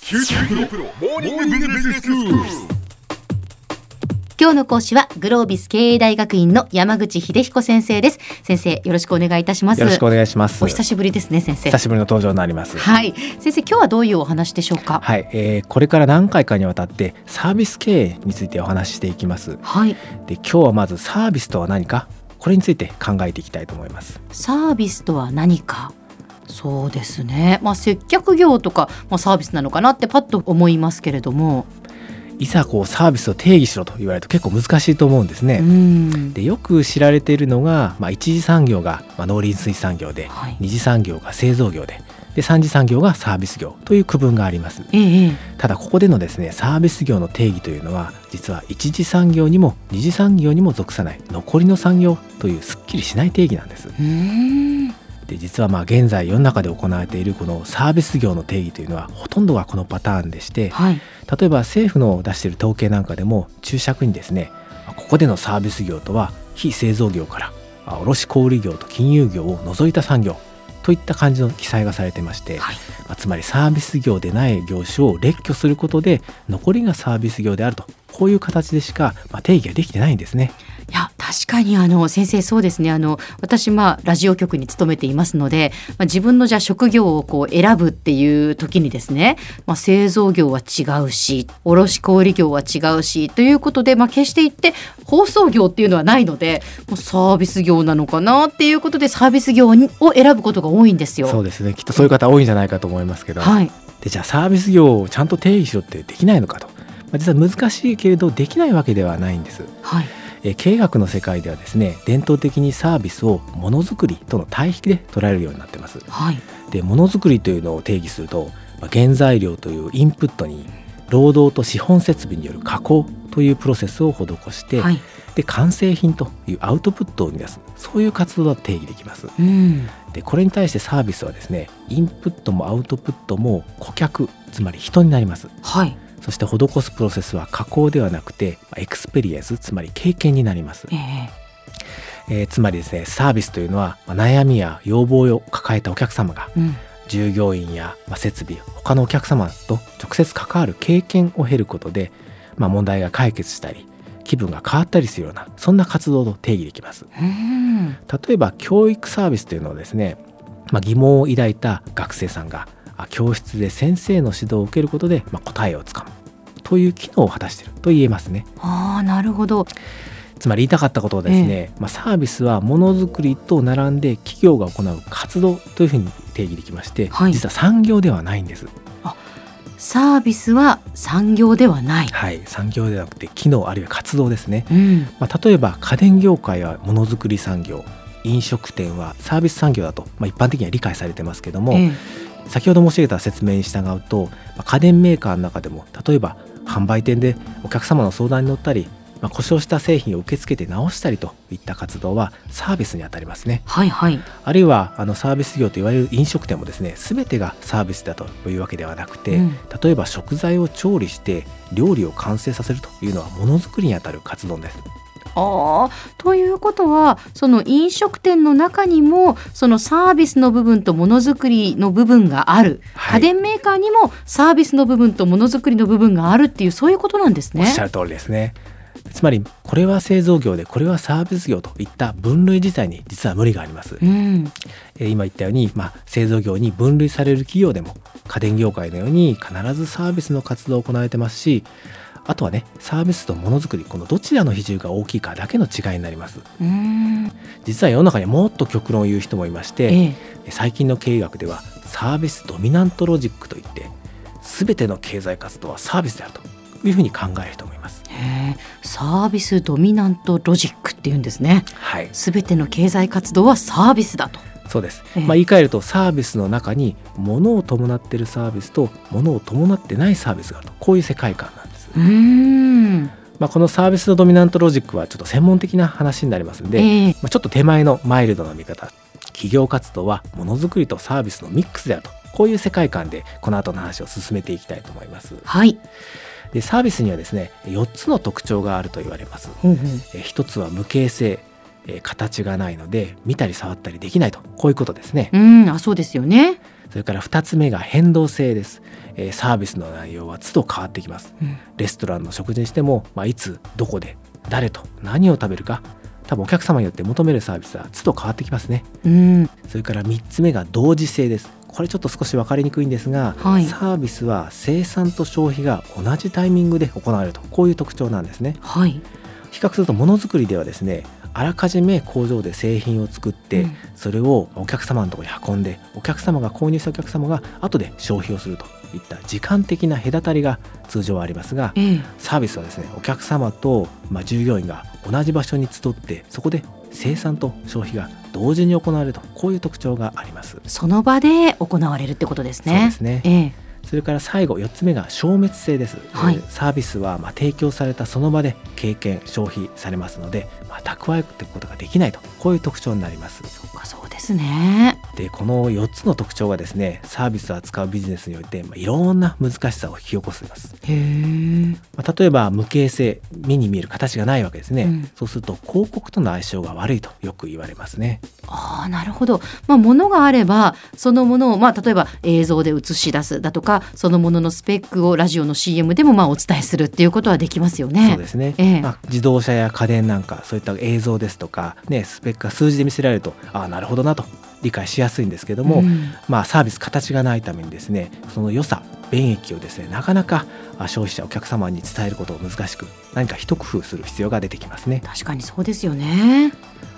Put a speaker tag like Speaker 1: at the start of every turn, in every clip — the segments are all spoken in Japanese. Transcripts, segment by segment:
Speaker 1: 九州大学ビジネススクールモーニングビジネススクール
Speaker 2: 今日の講師はグロービス経営大学院の山口秀彦先生です先生よろしくお願いいたします
Speaker 3: よろしくお願いします。
Speaker 2: お久しぶりですね先生
Speaker 3: 久しぶりの登場になります。。
Speaker 2: はいい先生今日はどういうお話でしょうかはい、
Speaker 3: はい、えーこれから何回かにわたってサービス経営についてお話ししていきます。で、今日はまずサービスとは何か、これについて考えていきたいと思います。
Speaker 2: サービスとは何かそうですねまあ接客業とか、まあ、サービスなのかなってパッと思いますけれども
Speaker 3: いざこうサービスを定義しろと言われると結構難しいと思うんです
Speaker 2: う
Speaker 3: ね。
Speaker 2: ん
Speaker 3: で、よく知られているのが、まあ、一次産業が、まあ、農林水産業で、
Speaker 2: はい
Speaker 3: 二次産業が製造業で、で三次産業がサービス業という区分があります。
Speaker 2: ええええ
Speaker 3: ただここでのですねサービス業の定義というのは実は一次産業にも二次産業にも属さない残りの産業というすっきりしない定義なんです
Speaker 2: うーん
Speaker 3: で実はまあ現在世の中で行われているこのサービス業の定義というのはほとんどがこのパターンでして
Speaker 2: はい
Speaker 3: 例えば政府の出している統計なんかでも注釈にですねここでのサービス業とは非製造業からあ卸小売業と金融業を除いた産業といった感じの記載がされてまして、
Speaker 2: はい
Speaker 3: まあつまりサービス業でない業種を列挙することで残りがサービス業であるとこういう形でしか、まあ、定義ができてないんですね。
Speaker 2: いや確かにあの先生そうですねあの私まあラジオ局に勤めていますので、まあ、自分のじゃあ職業をこう選ぶっていう時にですね、まあ、製造業は違うし卸売業は違うしということで、まあ、決して言って放送業っていうのはないのでもうサービス業なのかなっていうことでサービス業にを選ぶことが多いんですよ。
Speaker 3: そうですねきっとそういう方多いんじゃないかと思いますけど、
Speaker 2: はい、
Speaker 3: でじゃあサービス業をちゃんと定義しろってできないのかと、まあ、実は難しいけれどできないわけではないんです。
Speaker 2: はい、
Speaker 3: えー経営学の世界ではですね伝統的にサービスをものづくりとの対比で捉えるようになってます。
Speaker 2: はい、
Speaker 3: でものづくりというのを定義すると、まあ原材料というインプットに労働と資本設備による加工というプロセスを施して、
Speaker 2: はい、
Speaker 3: で完成品というアウトプットを生み出すそういう活動だと定義できます
Speaker 2: うん、
Speaker 3: でこれに対してサービスはですねインプットもアウトプットも顧客つまり人になります
Speaker 2: はい、
Speaker 3: そして施すプロセスは加工ではなくてまあエクスペリエンスつまり経験になります
Speaker 2: え、え
Speaker 3: えーつまりですねサービスというのはまあ悩みや要望を抱えたお客様が
Speaker 2: うん、
Speaker 3: 従業員やまあ設備他のお客様と直接関わる経験を経ることで、まあ、問題が解決したり気分が変わったりするようなそんな活動と定義できます
Speaker 2: うん、
Speaker 3: 例えば教育サービスというのはですね、まあ、疑問を抱いた学生さんがあ教室で先生の指導を受けることで、まあ、答えをつかむという機能を果たしていると言えますね
Speaker 2: ああ、なるほど、
Speaker 3: つまり言いたかったことはですね、まあ、サービスはものづくりと並んで企業が行う活動というふうに定義できまして、
Speaker 2: はい
Speaker 3: 実は産業ではないんです
Speaker 2: サービスは産業ではない。
Speaker 3: はい、産業ではなくて機能あるいは活動ですね、
Speaker 2: うん、
Speaker 3: まあ、例えば家電業界はものづくり産業飲食店はサービス産業だと、まあ、一般的には理解されてますけども、
Speaker 2: ええ
Speaker 3: 先ほど申し上げた説明に従うと、まあ家電メーカーの中でも例えば販売店でお客様の相談に乗ったり、まあ、故障した製品を受け付けて直したりといった活動はサービスにあたりますね
Speaker 2: はいはい。
Speaker 3: あるいはあのサービス業といわれる飲食店もですね全てがサービスだというわけではなくて、
Speaker 2: うん
Speaker 3: 例えば食材を調理して料理を完成させるというのはものづくりにあたる活動です
Speaker 2: ああということはその飲食店の中にもそのサービスの部分とものづくりの部分がある、
Speaker 3: はい
Speaker 2: 家電メーカーにもサービスの部分とものづくりの部分があるっていうそういうことなんです
Speaker 3: おっ
Speaker 2: ね
Speaker 3: し。ゃる通りですねつまりこれは製造業でこれはサービス業といった分類自体に実は無理があります、
Speaker 2: うん、
Speaker 3: えー今言ったように、まあ、製造業に分類される企業でも家電業界のように必ずサービスの活動を行われてますしあとはねサービスとものづくりこのどちらの比重が大きいかだけの違いになります
Speaker 2: うん
Speaker 3: 実は世の中にはもっと極論を言う人もいまし
Speaker 2: え
Speaker 3: て、
Speaker 2: え
Speaker 3: 最近の経営学ではサービスドミナントロジックといって全ての経済活動はサービスであるというふうに考える人もいます。
Speaker 2: へえサービスドミナントロジックっていうんですね。
Speaker 3: はい、
Speaker 2: すべての経済活動はサービスだと。
Speaker 3: そうです、
Speaker 2: ええ
Speaker 3: まあ、言い換えるとサービスの中に物を伴っているサービスと物を伴ってないサービスがあるとこういう世界観なんです、
Speaker 2: うん、
Speaker 3: まあ、このサービスのドミナントロジックはちょっと専門的な話になりますんで、
Speaker 2: ええ
Speaker 3: まあ、ちょっと手前のマイルドな見方企業活動はものづくりとサービスのミックスであるとこういう世界観でこの後の話を進めていきたいと思います
Speaker 2: はい。
Speaker 3: でサービスにはですね4つの特徴があると言われます
Speaker 2: ほうほう
Speaker 3: えー一つは無形性えー形がないので見たり触ったりできないとこういうことですね
Speaker 2: うん、あそうですよね。
Speaker 3: それから2つ目が変動性です、えーサービスの内容は都度変わってきます
Speaker 2: うん
Speaker 3: レストランの食事にしても、まあ、いつどこで誰と何を食べるか多分お客様によって求めるサービスは都度変わってきますね
Speaker 2: うん
Speaker 3: それから3つ目が同時性ですこれちょっと少し分かりにくいんですが、
Speaker 2: はい
Speaker 3: サービスは生産と消費が同じタイミングで行われるとこういう特徴なんですね
Speaker 2: はい
Speaker 3: 比較するとものづくりではですねあらかじめ工場で製品を作って、
Speaker 2: うん
Speaker 3: それをお客様のところに運んでお客様が購入したお客様が後で消費をするといった時間的な隔たりが通常はありますが
Speaker 2: ええ
Speaker 3: サービスはですねお客様と、まあ、従業員が同じ場所に集ってそこで生産と消費が同時に行われるとこういう特徴があります。
Speaker 2: その場で行われるってことです
Speaker 3: そうで
Speaker 2: ね
Speaker 3: すね、
Speaker 2: え
Speaker 3: それから最後4つ目が消滅性です、
Speaker 2: はい
Speaker 3: えーサービスはまあ提供されたその場で経験消費されますので、まあ、蓄えていくことができないとこういう特徴になります
Speaker 2: えそうかそうですね
Speaker 3: でこの4つの特徴がですねサービスを扱うビジネスにおいて、まあ、いろんな難しさを引き起こします、
Speaker 2: へえ
Speaker 3: まあ、例えば無形性目に見える形がないわけですね、
Speaker 2: うん
Speaker 3: そうすると広告との相性が悪いとよく言われますね
Speaker 2: ああなるほど、まあ、ものがあればそのものを、まあ、例えば映像で映し出すだとかそのもののスペックをラジオの CM でもまあお伝えするっていうことはできますよね。
Speaker 3: そうですね、
Speaker 2: ええ
Speaker 3: まあ、自動車や家電なんかそういった映像ですとか、ね、スペックが数字で見せられるとああなるほどなと理解しやすいんですけど
Speaker 2: う
Speaker 3: も、
Speaker 2: ん
Speaker 3: まあ、サービス形がないためにですねその良さ便益をですねなかなかあ消費者お客様に伝えることを難しく何か一工夫する必要が出てきますね
Speaker 2: 確かにそうですよね。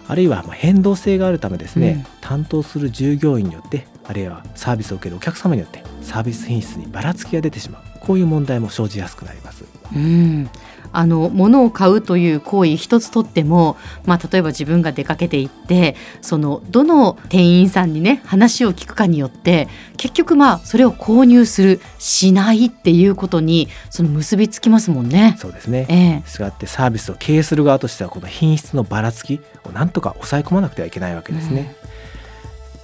Speaker 3: あるいはまあ変動性があるためですね、
Speaker 2: う
Speaker 3: 担当する従業員によってあるいはサービスを受けるお客様によってサービス品質にばらつきが出てしまうこういう問題も生じやすくなります
Speaker 2: うんあの物を買うという行為一つとっても、まあ、例えば自分が出かけていってそのどの店員さんにね話を聞くかによって結局まあそれを購入するしないっていうことにその結びつきますもんね。
Speaker 3: そうですね
Speaker 2: ええ、
Speaker 3: 従ってサービスを経営する側としてはこの品質のばらつきをなんとか抑え込まなくてはいけないわけですね、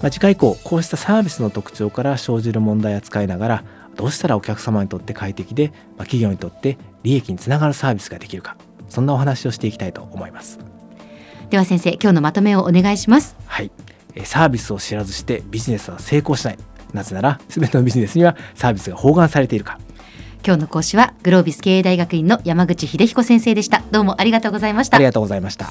Speaker 3: まあ、次回以降こうしたサービスの特徴から生じる問題を扱いながらどうしたらお客様にとって快適で、まあ、企業にとって利益につながるサービスができるかそんなお話をしていきたいと思います
Speaker 2: では先生今日のまとめをお願いします
Speaker 3: はいえーサービスを知らずしてビジネスは成功しないなぜなら全てのビジネスにはサービスが包含されているから
Speaker 2: 今日の講師はグロービス経営大学院の山口秀彦先生でしたどうもありがとうございまし
Speaker 3: あ
Speaker 2: た
Speaker 3: りがとうございました